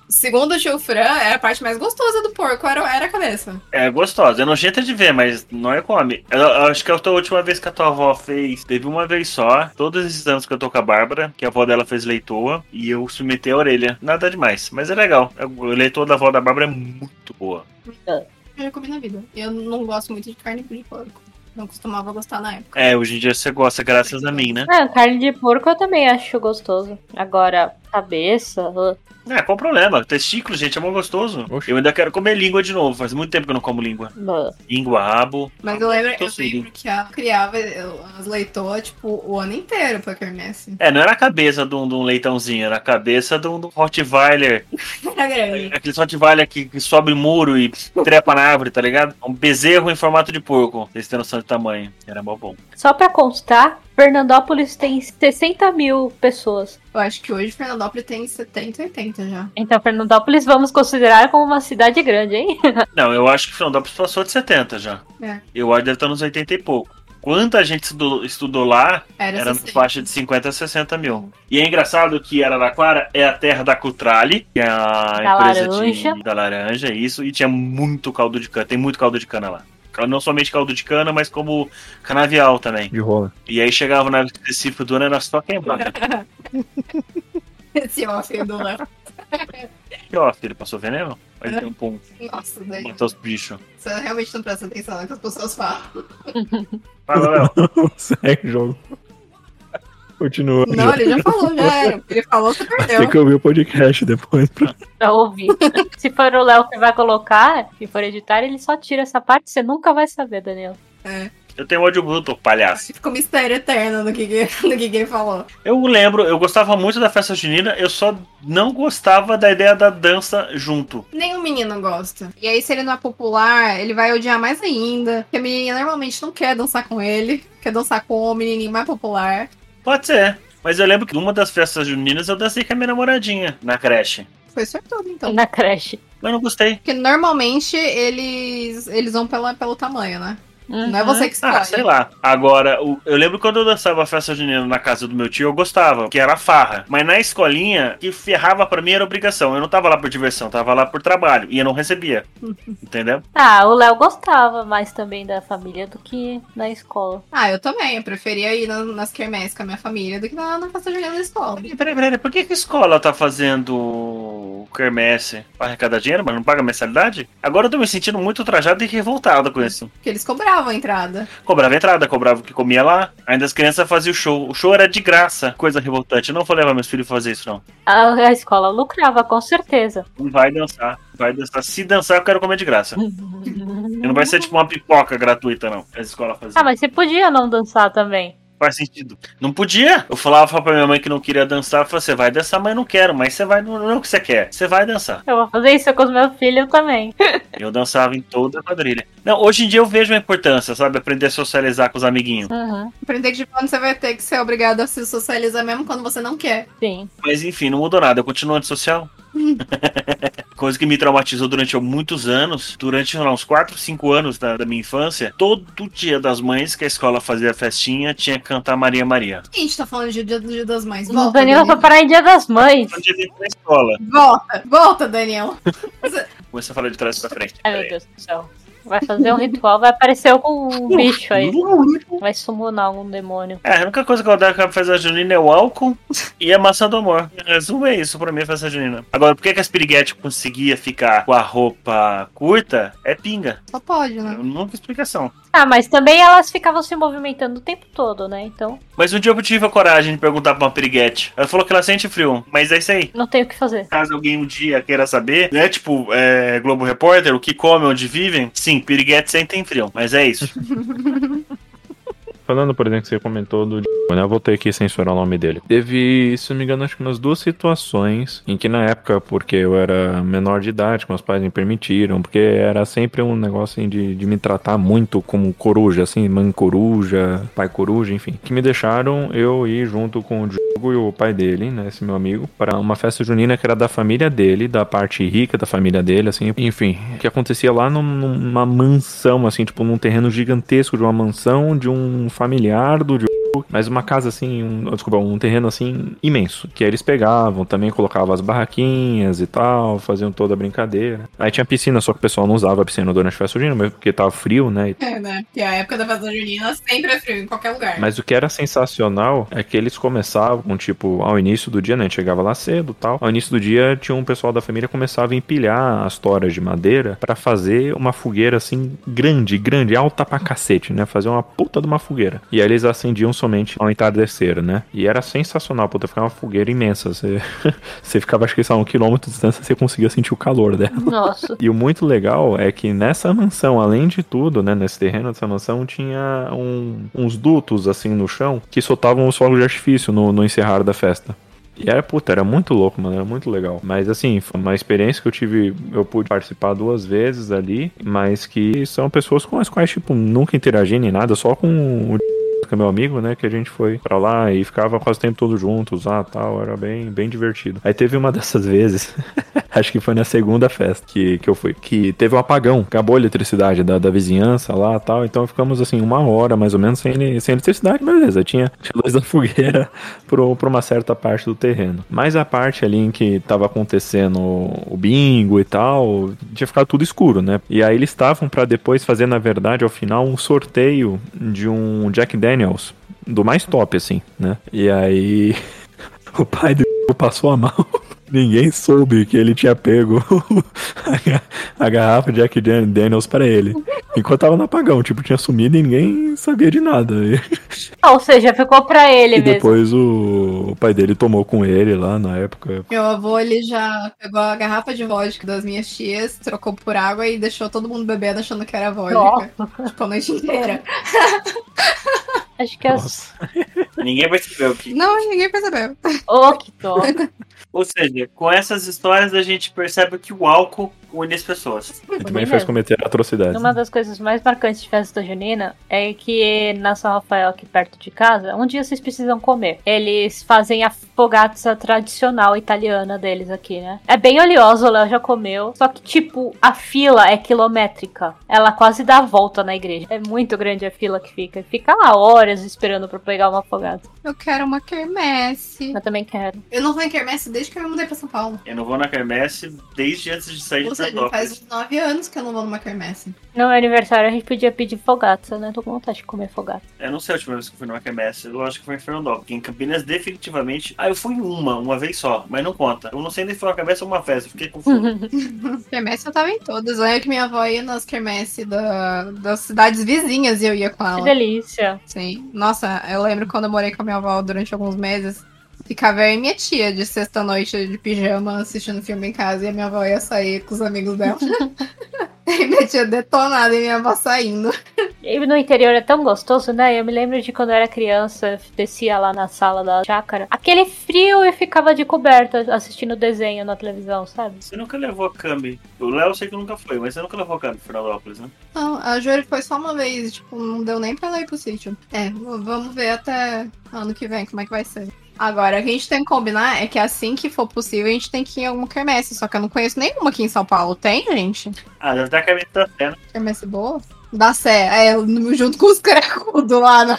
Speaker 1: Segundo o tio Fran, era a parte mais gostosa do porco, era, era a cabeça.
Speaker 3: É gostosa. É nojenta de ver, mas não é come. Eu, eu acho que a tua última vez que a tua avó fez, teve uma vez só. Todos esses anos que eu tô com a Bárbara, que a avó dela fez leitoa, e eu submetei a orelha. Nada demais, mas é legal. O leitoa da avó da Bárbara é muito boa.
Speaker 1: Eu já comi na vida. Eu não gosto muito de carne de porco. Não costumava gostar na época.
Speaker 3: É, hoje em dia você gosta, graças a mim, né?
Speaker 2: Ah, carne de porco eu também acho gostoso. Agora, cabeça. ah.
Speaker 3: É, qual o problema? Testículo, gente, é mó gostoso.
Speaker 4: Oxe.
Speaker 3: Eu ainda quero comer língua de novo. Faz muito tempo que eu não como língua.
Speaker 2: Bah.
Speaker 3: Língua, abo.
Speaker 1: Mas eu lembro,
Speaker 3: Tô
Speaker 1: eu
Speaker 3: seguindo.
Speaker 1: lembro que ela criava eu- as leitoas, tipo, o ano inteiro pra quermesse.
Speaker 3: É, não era a cabeça de um, de um leitãozinho, era a cabeça de um, de um Rottweiler.
Speaker 1: Era grande.
Speaker 3: Aquele Rottweiler que, que sobe muro e trepa na árvore, tá ligado? Um bezerro em formato de porco. Vocês têm noção de tamanho. Era mó bom.
Speaker 2: Só pra constar, Fernandópolis tem 60 mil pessoas.
Speaker 1: Eu acho que hoje Fernandópolis tem 70, 80 já.
Speaker 2: Então, Fernandópolis vamos considerar como uma cidade grande, hein?
Speaker 3: Não, eu acho que o Fernandópolis passou de 70 já.
Speaker 1: É.
Speaker 3: Eu acho que deve estar nos 80 e pouco. Quanta gente estu- estudou lá,
Speaker 1: Era,
Speaker 3: era na
Speaker 1: 60.
Speaker 3: faixa de 50 a 60 mil. E é engraçado que Araraquara é a terra da Cutrale, que é a
Speaker 2: Da
Speaker 3: empresa
Speaker 2: laranja.
Speaker 3: De, da laranja, é isso, e tinha muito caldo de cana, tem muito caldo de cana lá. Não somente caldo de cana, mas como canavial também.
Speaker 4: De rola.
Speaker 3: E aí chegava na específico do ano, era só queimada.
Speaker 1: Esse off do Léo.
Speaker 3: E ó, filho, passou veneno? Aí tem um pum,
Speaker 1: Nossa, gente,
Speaker 3: matou os bichos.
Speaker 1: você realmente não presta atenção no que as pessoas falam.
Speaker 3: Fala, Léo.
Speaker 4: Segue o jogo. Continua.
Speaker 1: Não,
Speaker 4: João.
Speaker 1: ele é já falou, já era. Ele falou, você perdeu.
Speaker 4: Tem que ouvir o podcast depois. pra-
Speaker 2: Pra ouvir. Se for o Léo que vai colocar, e for editar, ele só tira essa parte, você nunca vai saber, Daniel.
Speaker 3: Eu tenho ódio bruto, palhaço.
Speaker 1: Ficou um mistério eterno no que, que- no que, que ele falou.
Speaker 3: Eu lembro, eu gostava muito da festa junina, eu só não gostava da ideia da dança junto.
Speaker 1: Nenhum menino gosta. E aí, se ele não é popular, ele vai odiar mais ainda. Porque a menina normalmente não quer dançar com ele. Quer dançar com o menininho mais popular.
Speaker 3: Pode ser. Mas eu lembro que numa das festas juninas eu dancei com a minha namoradinha na creche.
Speaker 1: Foi sortudo, então.
Speaker 2: Na creche.
Speaker 3: Mas não gostei.
Speaker 1: Porque normalmente eles, eles vão pela, pelo tamanho, né?
Speaker 5: Uhum.
Speaker 1: Não é você que escolhe.
Speaker 3: Ah, sei lá. Agora, o- eu lembro quando eu dançava a festa junina na casa do meu tio, eu gostava, que era farra. Mas na escolinha, o que ferrava pra mim era obrigação. Eu não tava lá por diversão, eu tava lá por trabalho. E eu não recebia. Entendeu?
Speaker 5: Ah, o Léo gostava mais também da família do que na escola.
Speaker 1: Ah, eu também. Eu preferia ir na- nas quermesses com a minha família do que na, na festa junina da escola.
Speaker 3: Peraí, peraí, peraí. Por que, que a escola tá fazendo quermesse pra arrecadar dinheiro, mas não paga mensalidade? Agora eu tô me sentindo muito trajado e revoltado com isso.
Speaker 1: Porque eles cobravam a entrada.
Speaker 3: Cobrava entrada, cobrava o que comia lá. Ainda as crianças faziam o show. O show era de graça. Coisa revoltante. Eu não vou levar meus filhos pra fazer isso, não.
Speaker 5: A, a escola lucrava, com certeza.
Speaker 3: Não vai dançar. Vai dançar. Se dançar, eu quero comer de graça. E não vai ser tipo uma pipoca gratuita, não. que As escolas faziam.
Speaker 5: Ah, mas você podia não dançar também.
Speaker 3: Faz sentido. Não podia. Eu falava pra minha mãe que não queria dançar. Eu falava, você vai dançar, mas eu não quero. Mas você vai, não, não é o que você quer. Você vai dançar.
Speaker 5: Eu vou fazer isso com os meus filhos também.
Speaker 3: Eu dançava em toda a quadrilha. Não, hoje em dia eu vejo a importância, sabe? Aprender a socializar com os amiguinhos.
Speaker 5: Uhum,
Speaker 1: Aprender que de quando você vai ter que ser obrigado a se socializar mesmo quando você não quer.
Speaker 5: sim.
Speaker 3: Mas enfim, não mudou nada. Eu continuo antissocial. Coisa que me traumatizou durante muitos anos, durante sei lá, uns 4, 5 anos da, da minha infância, todo dia das mães que a escola fazia festinha tinha que cantar Maria Maria.
Speaker 1: Por que a gente tá falando de Dia, dia das Mães?
Speaker 5: O
Speaker 1: Volta,
Speaker 5: Danilo foi
Speaker 1: Daniel.
Speaker 5: parar em Dia das Mães.
Speaker 3: Não devia vir pra escola.
Speaker 1: Volta, volta, Daniel.
Speaker 3: Começa a falar de trás pra frente.
Speaker 2: É,
Speaker 4: É.
Speaker 5: Ai, meu Deus do céu. Vai fazer um ritual, vai aparecer algum bicho aí. Vai summonar algum demônio.
Speaker 3: É, a única coisa que eu dava pra fazer a junina é o álcool e a maçã do amor. Em resumo, é isso pra mim, festa junina. Agora, por que, que a Spiriguete conseguia ficar com a roupa curta? É pinga.
Speaker 1: Só pode, né?
Speaker 3: Eu Nunca explicação.
Speaker 5: Ah, mas também elas ficavam se movimentando o tempo todo, né? Então,
Speaker 3: Mas um dia eu tive a coragem de perguntar pra uma piriguete. Ela falou que ela sente frio, mas é isso aí.
Speaker 5: não tem o que fazer.
Speaker 3: Caso alguém um dia queira saber, né? Tipo, é, Globo Repórter, o que come, onde vivem. Sim, piriguetes sentem frio, mas é isso.
Speaker 4: Falando, por exemplo, que você comentou do né? Eu vou ter que censurar o nome dele. Teve, se não me engano, acho que umas duas situações em que na época, porque eu era menor de idade, que meus pais me permitiram, porque era sempre um negócio assim, de, de me tratar muito como coruja, assim, mãe coruja, pai coruja, enfim. Que me deixaram eu ir junto com o Diogo e o pai dele, né, esse meu amigo, para uma festa junina que era da família dele, da parte rica da família dele, assim. Enfim, que acontecia lá num- numa mansão, assim, tipo, num terreno gigantesco de uma mansão de um familiar do mas uma casa assim, um, desculpa, um terreno assim imenso. Que aí eles pegavam, também colocavam as barraquinhas e tal, faziam toda a brincadeira. Aí tinha piscina, só que o pessoal não usava a piscina durante a festa junina, mas porque tava frio, né? e
Speaker 1: É, né? Que a época da festa junina sempre é frio, em qualquer lugar.
Speaker 4: mas o que era sensacional é que eles começavam, tipo, ao início do dia, né? A gente chegava lá cedo tal. Ao início do dia, tinha um pessoal da família que começava a empilhar as toras de madeira pra fazer uma fogueira assim, grande, grande, alta pra cacete, né? Fazer uma puta de uma fogueira. E aí eles acendiam somente ao entardecer, né? E era sensacional, puta, ficava uma fogueira imensa. Você, você ficava, acho que, sei lá, um quilômetro de distância, você conseguia sentir o calor dela.
Speaker 5: Nossa.
Speaker 4: E o muito legal é que nessa mansão, além de tudo, né, nesse terreno dessa mansão, tinha um- uns dutos assim no chão que soltavam os fogos de artifício no, no encerrar da festa. E era, puta, era muito louco, mano, era muito legal. Mas assim, foi uma experiência que eu tive, eu pude participar duas vezes ali, mas que são pessoas com as quais, tipo, nunca interagi nem nada, só com o que é meu amigo, né, que a gente foi pra lá e ficava quase o tempo todo juntos lá tal, era bem, bem divertido. Aí teve uma dessas vezes, acho que foi na segunda festa que, que eu fui, que teve um apagão, acabou a eletricidade da, da vizinhança lá tal, então ficamos assim uma hora mais ou menos sem, ele- sem eletricidade, mas beleza, tinha tinha luz da fogueira pro, pra uma certa parte do terreno. Mas a parte ali em que tava acontecendo o o bingo e tal, tinha ficado tudo escuro, né? E aí eles estavam pra depois fazer, na verdade, ao final, um sorteio de um Jack Daniels, do mais top, assim, né? E aí o pai do passou a mão. Ninguém soube que ele tinha pego a ga- a garrafa de Jack Dan- Daniels pra ele. Enquanto tava no apagão, tipo, tinha sumido e ninguém sabia de nada. E-
Speaker 5: Ah, ou seja, ficou pra ele
Speaker 4: e
Speaker 5: mesmo.
Speaker 4: depois o, o pai dele tomou com ele lá na época.
Speaker 1: Meu avô, ele já pegou a garrafa de vodka das minhas tias, trocou por água e deixou todo mundo bebendo achando que era vodka. Tipo, a noite inteira.
Speaker 5: Acho que é.
Speaker 4: Nossa.
Speaker 3: Ninguém vai saber o que.
Speaker 1: Não, ninguém percebeu.
Speaker 5: Oh, que dó.
Speaker 3: Ou seja, com essas histórias a gente percebe que o álcool une as pessoas.
Speaker 4: E também fez cometer atrocidades.
Speaker 2: Uma das coisas mais marcantes de festa junina é que na São Rafael, aqui perto de casa, um dia vocês precisam comer. Eles fazem a fogata tradicional italiana deles aqui, né? É bem oleosa, o Léo já comeu. Só que, tipo, a fila é quilométrica. Ela quase dá a volta na igreja. É muito grande a fila que fica. Fica lá horas esperando pra pegar uma fogata.
Speaker 1: Eu quero uma quermesse.
Speaker 2: Eu também quero.
Speaker 1: Eu não vou em quermesse desde que eu me mudei pra São Paulo.
Speaker 3: Eu não vou na quermesse desde antes de sair
Speaker 1: Ou
Speaker 3: de
Speaker 1: seja,
Speaker 3: Petrópolis.
Speaker 1: faz uns nove anos que eu não vou numa quermesse.
Speaker 2: No meu aniversário a gente podia pedir fogata, né? Tô com vontade de comer fogata.
Speaker 3: Eu não sei a última vez que eu fui numa quermesse. Eu acho que foi em Fernandópolis. Porque Em Campinas, definitivamente. Ah, eu fui em uma, uma vez só, mas não conta. Eu não sei nem se foi uma quermesse ou uma festa. eu Fiquei confuso.
Speaker 1: Quermesse eu tava em todas. Lembro que minha avó ia nas quermesse da, das cidades vizinhas e eu ia com
Speaker 2: Que
Speaker 1: ela.
Speaker 2: delícia.
Speaker 1: Sim. Nossa, eu lembro quando eu morei com a minha avó durante alguns meses. Ficava eu e minha tia de sexta-noite de pijama assistindo filme em casa e a minha avó ia sair com os amigos dela. e minha tia detonada e minha avó saindo.
Speaker 2: E no interior é tão gostoso, né? Eu me lembro de quando eu era criança, descia lá na sala da chácara. Aquele frio e ficava de coberta assistindo desenho na televisão, sabe?
Speaker 3: Você nunca levou a Cambi. O Léo eu sei que nunca foi, mas você nunca levou a Cambi em Fernandópolis, né?
Speaker 1: Não, a Júlia foi só uma vez, tipo, não deu nem pra ela ir pro sítio. É, v- vamos ver até ano que vem como é que vai ser. Agora, o que a gente tem que combinar é que assim que for possível, a gente tem que ir em alguma quermesse. Só que eu não conheço nenhuma aqui em São Paulo. Tem, gente?
Speaker 3: Ah, deve ter a Cambi da Sé, né?
Speaker 1: Quermesse é boa? Da Sé, é, junto com os cracudos lá né?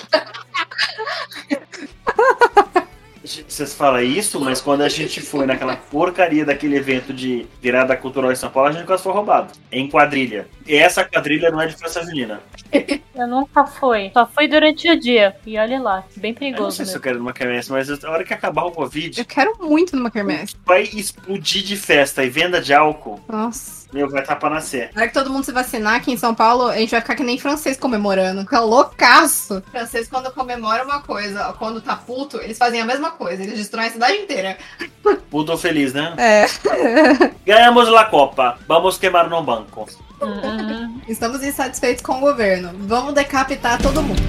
Speaker 1: na
Speaker 3: Vocês falam isso, mas quando a gente foi naquela porcaria daquele evento de virada cultural em São Paulo, a gente quase foi roubado. Em quadrilha. E essa quadrilha não é de festa junina.
Speaker 2: Eu nunca fui. Só fui durante o dia. E olha lá, bem
Speaker 3: Eu não
Speaker 2: perigoso
Speaker 3: sei se eu
Speaker 2: mesmo.
Speaker 3: quero ir numa quermesse, mas a hora que acabar o Covid,
Speaker 1: Eu quero muito numa quermesse.
Speaker 3: vai explodir de festa e venda de álcool,
Speaker 1: Nossa.
Speaker 3: meu, vai estar pra nascer.
Speaker 1: Na hora que todo mundo se vacinar aqui em São Paulo, a gente vai ficar que nem francês comemorando. Fica loucaço. Francês, quando comemora uma coisa, quando tá puto, eles fazem a mesma coisa. Eles destroem a cidade inteira.
Speaker 3: Mudou feliz, né?
Speaker 1: É.
Speaker 3: Ganhamos la Copa, vamos queimar no banco.
Speaker 2: Hum, hum.
Speaker 1: Estamos insatisfeitos com o governo. Vamos decapitar todo mundo.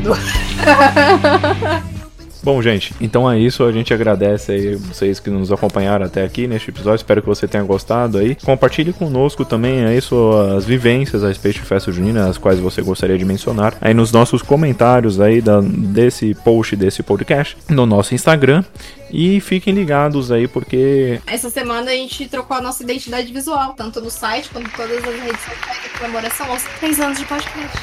Speaker 4: Bom, gente, então é isso. A gente agradece aí vocês que nos acompanharam até aqui neste episódio. Espero que você tenha gostado aí. Compartilhe conosco também aí suas vivências a respeito de festa junina, as quais você gostaria de mencionar. Aí nos nossos comentários aí da- desse post, desse podcast, no nosso Instagram. E fiquem ligados aí, porque
Speaker 1: Essa semana a gente trocou a nossa identidade visual, tanto no site quanto em todas as redes sociais em comemoração aos três anos de podcast.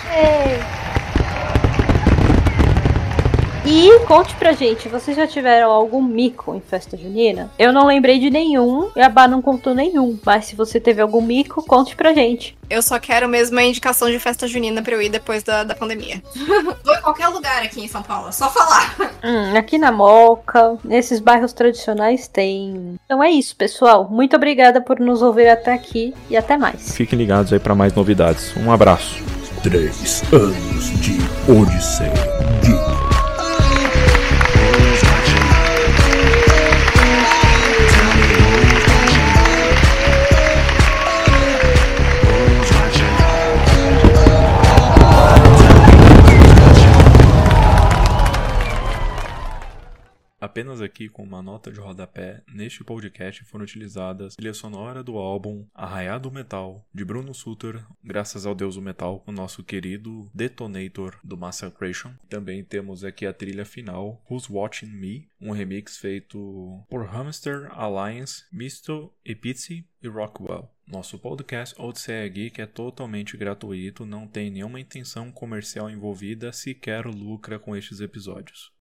Speaker 2: E conte pra gente, vocês já tiveram algum mico em festa junina? Eu não lembrei de nenhum e a Bá não contou nenhum. Mas se você teve algum mico, conte pra gente.
Speaker 1: Eu só quero mesmo a indicação de festa junina pra eu ir depois da, da pandemia. Vou em qualquer lugar aqui em São Paulo, é só falar.
Speaker 2: Hum, aqui na Moca, nesses bairros tradicionais tem. Então é isso, pessoal. Muito obrigada por nos ouvir até aqui e até mais.
Speaker 4: fiquem ligados aí para mais novidades. Um abraço.
Speaker 6: Três anos de Odisseia Geek.
Speaker 4: Apenas aqui com uma nota de rodapé, neste podcast foram utilizadas trilha sonora do álbum Arraiá do Metal, de Bruno Sutter, graças ao Deus do Metal, o nosso querido Detonator do Massacration. Também temos aqui a trilha final, Who's Watching Me, um remix feito por Hamster Alliance, Misto e Pizzi e Rockwell. Nosso podcast Odisseia Geek é totalmente gratuito, não tem nenhuma intenção comercial envolvida, sequer lucra com estes episódios.